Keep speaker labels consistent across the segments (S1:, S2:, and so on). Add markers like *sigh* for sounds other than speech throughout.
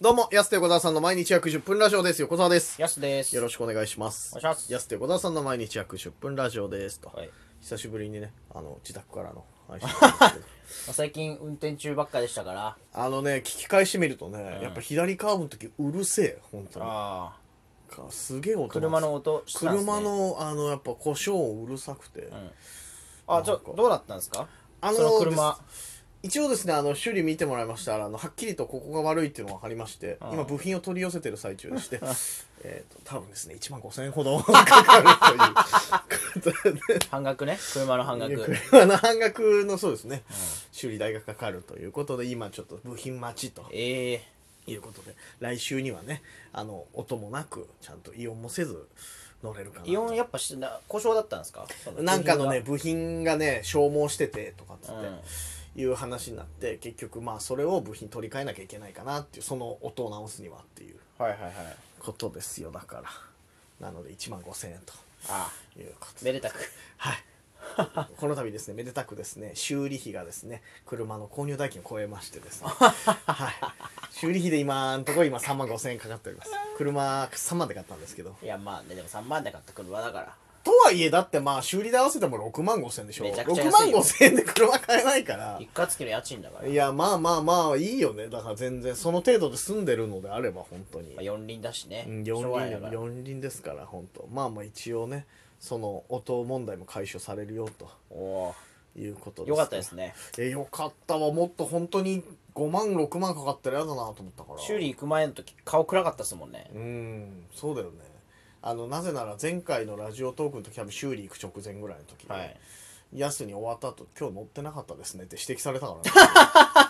S1: どうも、安手小沢さんの毎日約10分ラジオです。横澤です。
S2: やすです。
S1: よろしくお願いします。
S2: お願いします
S1: 安手小沢さんの毎日約10分ラジオです。と、
S2: はい。ま
S1: 久しぶりにね、あの、自宅からの配信なん
S2: *laughs*
S1: ですけど
S2: あ最近運転中ばっかでしたから。
S1: あのね、聞き返してみるとね、
S2: うん
S1: やっぱ左カーブの時うるせえ、本当に。
S2: ああ。
S1: かすげえ音が
S2: 車の音してたんですね
S1: 車。の、あの、やっぱ故障音うるさくて。
S2: うん。あ、ちょ、どうだったんですか
S1: あ
S2: その車
S1: です。一応ですね、あの、修理見てもらいましたら、あの、はっきりとここが悪いっていうのが分かりまして、
S2: うん
S1: 今部品を取り寄せてる最中でして、えっと、多分ですね、1万5千円ほど *laughs* かかるということで。 *laughs*
S2: 半額ね。車の半額。
S1: 車の半額のそうですね、修理代がかかるということで、今ちょっと部品待ちと
S2: ええ
S1: いうことで、来週にはね、あの、音もなく、ちゃんとイオンもせず、乗れるかなと。
S2: イオンやっぱしな故障だったんですかそ
S1: なんかのね、。部品がね、消耗してて、とかっつ
S2: 部
S1: っ
S2: 品
S1: て。
S2: がうん。
S1: いう話になって結局まあそれを部品取り替えなきゃいけないかなっていうその音を直すにはっていう
S2: はいはいはい。
S1: ことですよだからなので1万5000円
S2: ああ。
S1: ということで
S2: めでたく。
S1: はい *laughs* この度ですねめでたくですね修理費がですね車の購入代金を超えましてですねはい修理費で今のところ今3万5000円かかっております車3万で買ったんですけど
S2: いやまあね、でも3万で買った車だから。
S1: とはいえだってまあ修理で合わせても6万5000円でしょ
S2: めちゃくちゃ
S1: 6
S2: 安
S1: 万
S2: いよ
S1: 5000円で車買えないから
S2: 一括付きの家賃だから。
S1: いやまあまあまあいいよねだから全然その程度で済んでるのであれば本当に
S2: まあ、四輪だしね。
S1: うん
S2: しょうがない
S1: 四
S2: だか
S1: 輪
S2: ら
S1: 四輪ですから本当まあまあ一応ねその音問題も解消されるよと
S2: お
S1: いうこと
S2: お。
S1: です
S2: よかったですね。
S1: えよかったわもっと本当に5万6万かかったらやだなと思ったから
S2: 修理行く前の時顔暗かったですもんね。
S1: うんそうだよねあのなぜなら前回のラジオトークの時多分修理行く直前ぐらいの時で、
S2: はい。
S1: ヤスに終わった後今日乗ってなかったですねって指摘されたか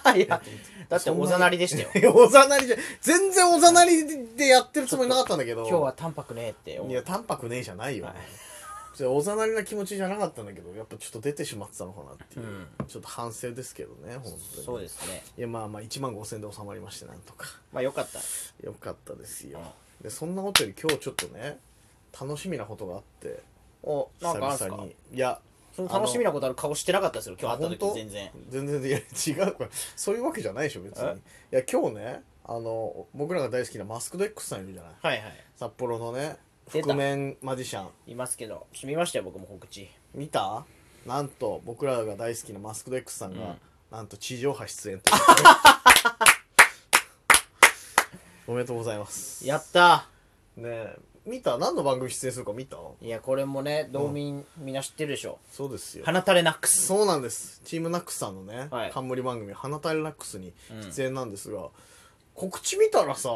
S1: らね
S2: い *laughs* や、だっておざなりでしたよ。
S1: よ。 *laughs* おざなりじゃ、全然おざなりでやってるつもりなかったんだけど。
S2: 今日は淡白ねえって
S1: いや、淡白ねえじゃないよ。
S2: はい
S1: じゃおざなりな気持ちじゃなかったんだけど、やっぱちょっと出てしまってたのかなっていう。
S2: う
S1: ちょっと反省ですけどね、本当に。
S2: そうですね
S1: いや、まあまあ、1万5000で収まりまして、なんとか。 *laughs*
S2: まあよかった
S1: よかったですよ。で、そんなことより今日ちょっとね、楽しみなことがあって、
S2: おなんかあるんす
S1: 久
S2: か
S1: 々に。いや、
S2: その楽しみなことある顔してなかったですよ今日会った
S1: あ本
S2: 時
S1: 当
S2: 全然
S1: 全然いや違うからそういうわけじゃないでしょ別にいや今日ねあの僕らが大好きなマスクド X さんいるじゃない
S2: はいはい
S1: 札幌のね
S2: 出
S1: 覆
S2: た
S1: 面マジシャン
S2: いますけどちょっと見ましたよ僕も告知
S1: 見たなんと僕らが大好きなマスクド X さんが、
S2: うん
S1: なんと地上波出演という *laughs* おめでとうございます
S2: やった
S1: ねえ見た何の番組出演するか見た
S2: いやこれもね道民、みんな知ってるでしょ
S1: そうですよ
S2: 花垂れナックス
S1: そうなんですチームナックスさんのね、
S2: はい
S1: 冠番組「花たれナックス」に出演なんですが、告知見たらさ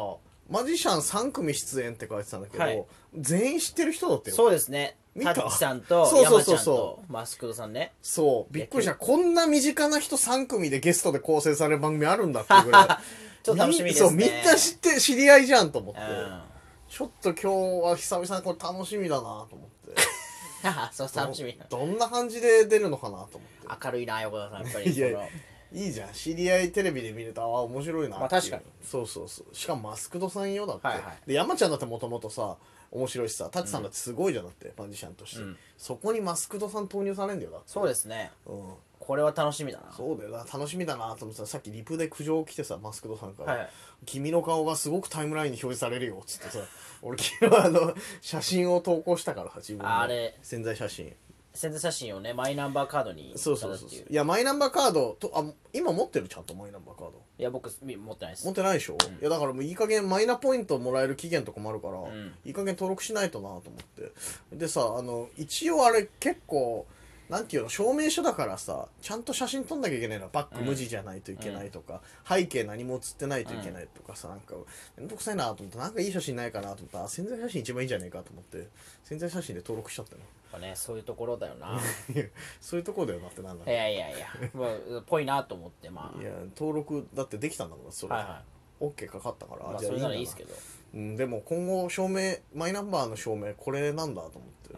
S1: マジシャン3組出演って書いてたんだけど、
S2: はい
S1: 全員知ってる人だったよ
S2: そうですね
S1: 見
S2: タ
S1: た
S2: ッチさんと
S1: そうそう
S2: 山ち
S1: そう
S2: ゃん
S1: そう
S2: とマスクドさんね
S1: そうびっくりしたこんな身近な人3組でゲストで構成される番組あるんだっていうぐらい
S2: *laughs* ちょっと楽しみですね
S1: そうみんな知って知り合いじゃんと思って、
S2: う
S1: ちょっと今日は久々にこれ楽しみだなと思って
S2: ん *laughs* そう楽しみ
S1: どどんな感じで出るのかなと思って
S2: 明るいな横田さんやっぱり
S1: い
S2: その
S1: やいいじゃん知り合いテレビで見るとああ面白いなっていう
S2: まあ確かに
S1: そうそうそうしかもマスクドさんよだって、
S2: はいはい
S1: で山ちゃんだってもともとさ面白いしさ舘さんだってすごいじゃんだって、マジシャンとして、
S2: うん
S1: そこにマスクドさん投入されんだよだって
S2: そうですね
S1: うん
S2: これは楽しみだな
S1: そうだよな楽しみだなと思ってささっきリプで苦情来てさマスクドさんから、
S2: はい
S1: 君の顔がすごくタイムラインに表示されるよ」っつってさ *laughs* 俺昨日あの写真を投稿したからさ自分の
S2: あれ
S1: 潜在写真
S2: 宣伝写真をねマイナンバーカードに
S1: そうそうそう
S2: したって
S1: そ
S2: いう
S1: いやマイナンバーカードとあ今持ってるちゃんとマイナンバーカード
S2: いや僕み持ってないです
S1: 持ってないでしょ、いやだからもういい加減マイナポイントもらえる期限とかもあるから、
S2: ん
S1: いい加減登録しないとなと思ってでさあの一応あれ結構なんていうの証明書だからさちゃんと写真撮んなきゃいけないのバック無地じゃないといけないとか、背景何も写ってないといけないとかさ、なんか面倒くさいなと思ってなんかいい写真ないかなと思ったらあ潜在写真一番いいんじゃねえかと思って潜在写真で登録しちゃったの
S2: やっぱねそういうところだよな *laughs*
S1: いや *laughs* そういうところだよなってなんだ
S2: い
S1: か
S2: やいやいやまあぽいなと思ってま
S1: いや登録だってできたんだもんそれ、
S2: はいは
S1: OK かかったから、
S2: あまあ
S1: じゃ
S2: そ
S1: あい
S2: れ
S1: いん
S2: な
S1: だ
S2: らいい
S1: な
S2: ですけど
S1: うん、でも今後証明マイナンバーの証明これなんだと思って
S2: うん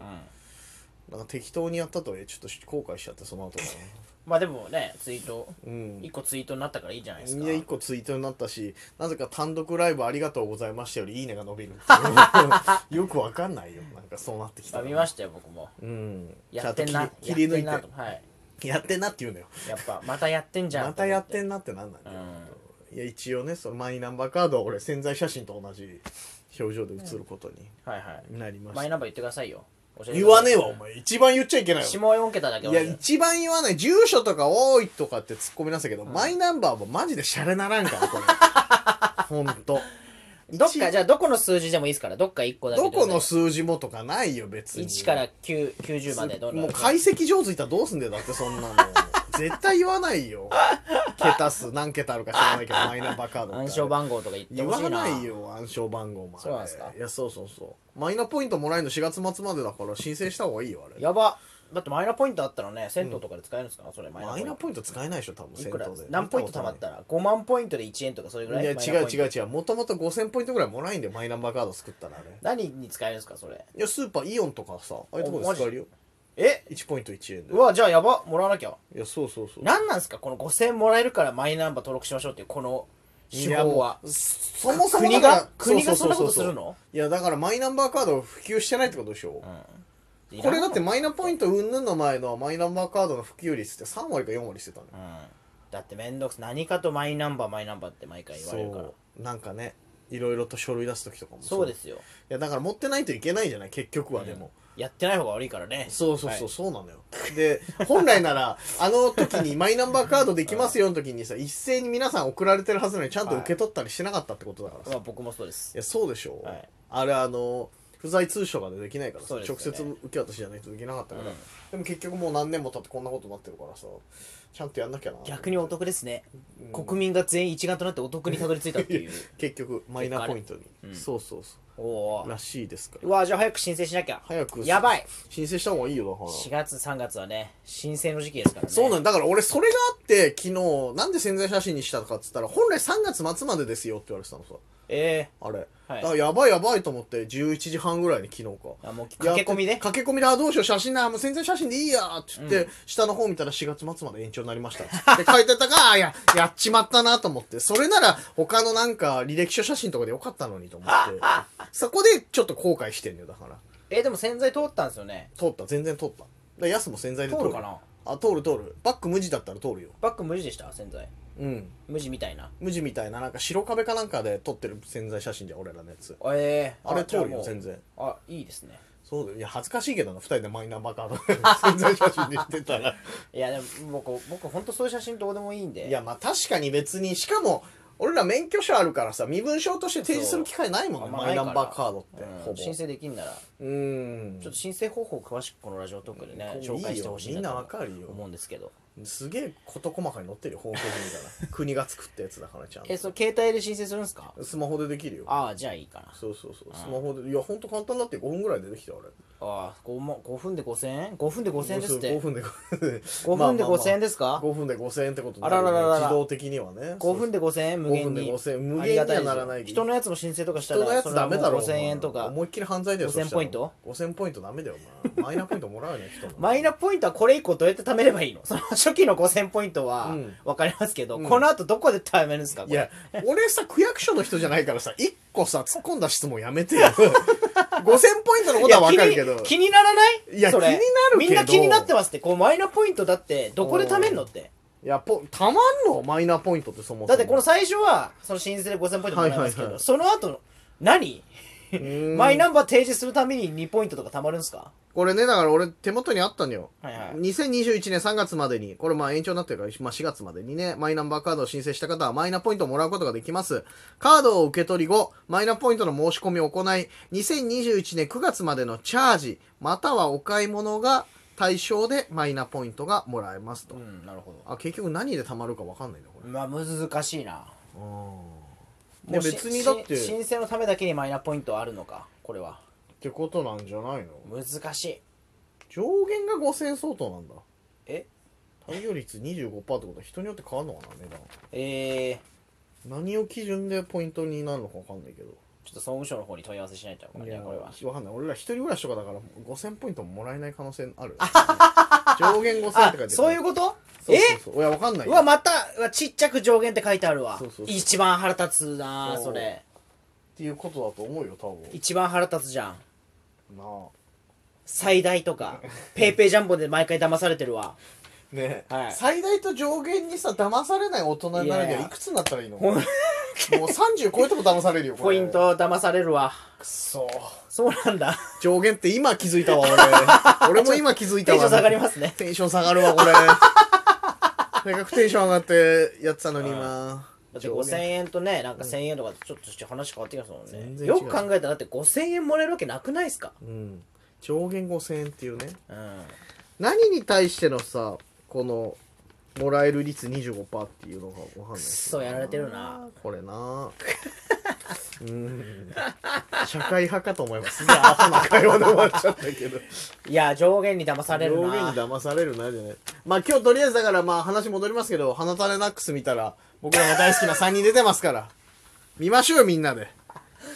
S1: なんか適当にやったとはいえちょっと後悔しちゃってその後か
S2: *laughs*
S1: ら
S2: まあでもねツイート
S1: うん
S2: 一個ツイートになったからいいじゃないですか
S1: みんな1個ツイートになったしなぜか単独ライブありがとうございましたよりいいねが伸びるって
S2: *laughs*
S1: いう *laughs* よくわかんないよなんかそうなってきた
S2: まあ
S1: ら
S2: 見ましたよ僕も
S1: うん
S2: やってんな
S1: ちゃんと切り切り抜い
S2: やってんなとはい
S1: てやってんなって言うのよ
S2: やっぱまたやってんじゃん
S1: またやって
S2: ん
S1: んなってなんなんだよ、
S2: うん
S1: いや一応ねそのマイナンバーカードは俺潜在写真と同じ表情で写ること
S2: はいはい
S1: になりまし
S2: マイ
S1: た、
S2: ナンバー言ってくださいよ教えてくださ
S1: 言わ
S2: い
S1: ねえわお前一番言っちゃいけないわ
S2: 下4桁だけ
S1: い
S2: 教
S1: や
S2: えて
S1: 一番言わない住所とか多いとかって突っ込みなしたけど、マイナンバーもマジでシャレならんからこれ
S2: *laughs*
S1: ほんと
S2: どっかじゃあどこの数字でもいいですからどっか1個だけ
S1: どこの
S2: 数
S1: 数字もとかないよ別に
S2: 1から9 90までどんな
S1: もう解析上手いったらどうすんだよだってそ
S2: *laughs*
S1: んなの絶対言わないよ桁数何桁あるか知らないけどマイナンバーカードってあれ
S2: 暗証番号とか言って
S1: 言
S2: ほしい
S1: わ
S2: な
S1: ないよ暗証番号もあれ
S2: そうなんすか
S1: いやそうそうそうマイナポイントもらえるの4月末までだから申請した方がいいよあれ
S2: やばだってマイナポイントあったらね銭湯とかで使えるんですか、それマ
S1: マイナポ
S2: イン
S1: イント使えないでしょ多分
S2: いくら
S1: 銭湯で
S2: 何ポイント貯まったら5万ポイントで1円とかそれぐらい
S1: いや
S2: マイナ
S1: 違う
S2: ポ
S1: 違
S2: イント
S1: う違うもともと5000ポイントぐらいもらえんだよマイナンバーカード作ったらあれ
S2: 何に使えるんですかそれ
S1: いやスーパーイオンとかさああいうとこで使えるよ
S2: え
S1: 1ポイント1円で
S2: うわじゃあやばもらわなきゃ
S1: いやそうそうそう
S2: 何なんですかこの5000もらえるからマイナンバー登録しましょうっていうこの手法は
S1: もうそもそも
S2: 国
S1: だから
S2: が国がそんなこと
S1: う
S2: す
S1: う
S2: る
S1: う
S2: の
S1: いやだからマイナンバーカードを普及してないってことでしょ、
S2: うん
S1: これだって
S2: うん
S1: マイナポイント云々の前のマイナンバーカードの普及率って3割か4割してたのよ
S2: だってめんどくさい何かとマイナンバーマイナンバーって毎回言われるからそう
S1: そうなんかねいろいろと書類出す時とかも
S2: ですよ
S1: いやだから持ってないといけないじゃない結局はでも、
S2: やってない方が悪いからね
S1: そうそうそう、
S2: はい
S1: そうなのよで本来な
S2: *laughs*
S1: らあの時にマイナンバーカードできますよの時にさ一斉に皆さん送られてるはずなのにちゃんと受け取ったりしなかったってことだからさ、
S2: まあ
S1: い
S2: 僕もそうです
S1: やそうでしょ、
S2: はい
S1: あれあの不在通所ができないからさ、
S2: そうですよ
S1: 直
S2: ね
S1: 接受け渡しじゃないとできなかったから、
S2: うん
S1: でも結局もう何年も経ってこんなことになってるからさちゃんとやんなきゃな
S2: 逆にお得ですね、
S1: うん
S2: 国民が全員一丸となってお得にたどり着いたっていう
S1: 結局マイナポイントに、
S2: うん
S1: そうそうそ
S2: お
S1: う
S2: お
S1: らしいですから
S2: うわじゃあ早く申請しなきゃ
S1: 早く
S2: やばい
S1: 申請した方がいいよだから
S2: 4月3月はね申請の時期ですからね
S1: そうなんだから俺それがあって昨日なんで宣材写真にしたかっつったら本来3月末までですよって言われてたのさ
S2: え
S1: あれ、
S2: はい
S1: だからやばいやばいと思って11時半ぐらいに昨日か
S2: ー、あもう駆け込み
S1: や
S2: で
S1: 駆け込みであどうしよう写真なもう宣材写真でいいやーって言って、下の方見たら4月末まで延長になりましたっつってで書いてたからあーややっちまったなと思ってそれなら他のなんか履歴書写真とかでよかったのにと思ってそこでちょっと後悔してんのよだから
S2: えー、でも洗剤通ったんですよね
S1: 通った全然通っただからヤスも宣材で通
S2: 通
S1: る
S2: るかな
S1: あ通る通るバック無地だったら通るよ
S2: バッグ無地でした洗剤
S1: うん
S2: 無地みたいな
S1: 無地みたいななんか白壁かなんかで撮ってる宣材写真じゃん俺らのやつ
S2: えー、
S1: あれ通
S2: じゃ
S1: る
S2: も
S1: よ
S2: う
S1: 全然
S2: あいいですね
S1: そうだよいや恥ずかしいけどな2人でマイナンバーカー
S2: *laughs*
S1: ド宣材写真にしてたら
S2: いやでも僕僕本当そういう写真どうでもいいんで
S1: いやまあ確かに別にしかも俺ら免許証あるからさ身分証として提示する機会ないもん
S2: あ
S1: ね
S2: んま
S1: マ
S2: な
S1: イ
S2: い
S1: ナ
S2: から
S1: ンバーカードって、
S2: うん
S1: ほぼ
S2: 申請できんならち
S1: うん
S2: ょっと申請方法を詳しくこのラジオトークでね、
S1: うん
S2: 紹介してほしい
S1: いいよみんな
S2: と
S1: わかるよ
S2: 思うんですけど
S1: すげえ事細かに載ってるよホームページみ
S2: *laughs*
S1: たいな国が作ったやつだからちゃん
S2: えそ
S1: と
S2: れ携帯で申請するんですか
S1: スマホでできるよ
S2: ああじゃあいいかな
S1: そうそうそうスマホでいやほんと簡単だって5分ぐらいでできたよあれ
S2: ああ 5, も5分で5000円 ?5 分で5000円ですって
S1: 5分で5
S2: 5分で5000円ですか
S1: 5分で5000円ってことに
S2: あ
S1: な
S2: ら
S1: る
S2: ららら
S1: 自動的にはね
S2: 5分で5000円無限に
S1: 5分で5000円無限には
S2: ありがたいですよ
S1: ならないけど
S2: 人のやつの申請とかした
S1: 人の
S2: ら
S1: やつダメだろ
S2: それはもう5000円と
S1: お前
S2: か
S1: 思いっきり犯罪だよ
S2: 5000
S1: そしたら
S2: ポイント
S1: 5000ポイントダメだよお前マイナポイントもらうよね人の
S2: *laughs* マイナポイントはこれ以降どうやって貯めればいいのその初期の5000ポイントは
S1: うん
S2: 分かりますけど、
S1: うん
S2: この後どこで貯めるんですかこ
S1: い
S2: れ
S1: や俺さ区役所の人じゃないからさ1個さ突っ込んだ質問やめてよ
S2: *laughs*
S1: 5000ポイントのことは分かるけど
S2: いや気に気にならない
S1: いや
S2: それ
S1: 気になるけど
S2: みんな気になってますってこうマイナポイントだってどこで貯めんのって
S1: いやポたまんのマイナポイントってそもそも
S2: だってこの最初はその申請で5000ポイントもらえますけど、
S1: はいはいはい
S2: その後何
S1: うん
S2: マイナンバー提示するために2ポイントとか貯まるんすか
S1: これねだから俺手元にあったのよ、
S2: はいはい
S1: 2021年3月までにこれまあ延長になってるから、まあ、4月までにねマイナンバーカードを申請した方はマイナポイントをもらうことができますカードを受け取り後マイナポイントの申し込みを行い2021年9月までのチャージまたはお買い物が対象でマイナポイントがもらえますと、
S2: んなるほど
S1: あ結局何で貯まるか分かんないねこれ
S2: まあ難しいな
S1: うんいや
S2: し
S1: 別にだって
S2: し
S1: っ
S2: 申請のためだけにマイナポイントあるのかこれは
S1: てことなんじゃないの
S2: 難しい
S1: 上限が5000相当なんだ
S2: え
S1: 対応率25%ってことは人によって変わるのかな値段
S2: えー、
S1: 何を基準でポイントになるのか分かんないけど
S2: ちょっと総務省の方に問い合わせしないとこ
S1: い
S2: れ
S1: や
S2: ねこれは
S1: 分かんない俺ら一人暮らしとかだから5000ポイントももらえない可能性ある上限5000って書いてあ
S2: あ
S1: るから
S2: そういうこと
S1: そう
S2: え
S1: そうそういや分かんないよ
S2: うわまたうわちっちゃく上限って書いてあるわ
S1: そうそうそう
S2: 一番腹立つなあ
S1: そう
S2: それ
S1: っていうことだと思うよ多分
S2: 一番腹立つじゃん
S1: なあ *laughs*
S2: 最大とかペイペイジャンボで毎回騙されてるわ
S1: ね、
S2: はい
S1: 最大と上限にさ騙されない大人になるに
S2: い
S1: は
S2: や
S1: いくつになったらいいの
S2: ほん
S1: もう30超えても騙されるよこ
S2: ポ
S1: れ
S2: イント騙されるわ
S1: くそ
S2: そうなんだ
S1: 上限って今気づいたわ *laughs* 俺俺も今気づいた
S2: *laughs* テン
S1: わ
S2: ション下がりますね
S1: テンション下がるわ *laughs* これせっかくテンション上がってやってたのに今
S2: だって5000円とねなんか1000円とかちょっと話変わってきますもん
S1: 全
S2: ね
S1: 然違う
S2: よく考えたらだって5000円もらえるわけなくないですか
S1: うん上限5000円っていうね
S2: うん
S1: 何に対してのさこのもらえる率25%っていうのがわかんない
S2: そうやられてるな
S1: これなうん社会派かと思いますすげえアホな会話で終わっちゃったけど
S2: いや上限に騙される
S1: 上下
S2: な
S1: に騙されるなじゃないまあ今日とりあえずだからまあ話戻りますけど「花たれナックス」見たら僕らが大好きな3人出てますから見ましょうよみんなで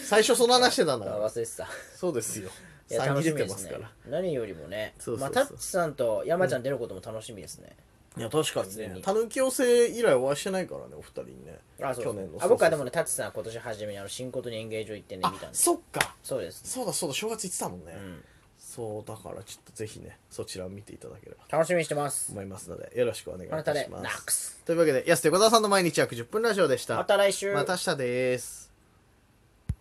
S1: 最初その話してたんだか
S2: あ
S1: ら
S2: 忘れてた
S1: そうです *laughs* よ
S2: いや
S1: 3人
S2: 楽し
S1: 出
S2: み
S1: て
S2: で
S1: ますす
S2: ね
S1: から
S2: 何よりもね
S1: そうそう
S2: まあ
S1: そう
S2: タッチさんと山ちゃん出ることも楽しみですね
S1: いや確かに
S2: 普通
S1: ね
S2: に
S1: たぬき寄せ以来お会いしてないからねお二人にね
S2: あそう
S1: 去年の
S2: あ僕はでも
S1: ね
S2: ねタッチさんは今年初めにあの新琴に演芸場行ってね
S1: あ
S2: 見たんです
S1: そっか
S2: そうです
S1: そうだそうだ正月行ってたもんね、
S2: うん
S1: そうだからちょっとぜひねそちらを見ていただければと
S2: 楽しみにしてます
S1: 思いますのでよろしくお願いい
S2: あな
S1: た
S2: た
S1: し
S2: で
S1: ま
S2: ナッ
S1: す
S2: クス
S1: というわけで安手小沢さんの毎日約10分ラジオでした
S2: また来週
S1: また明日です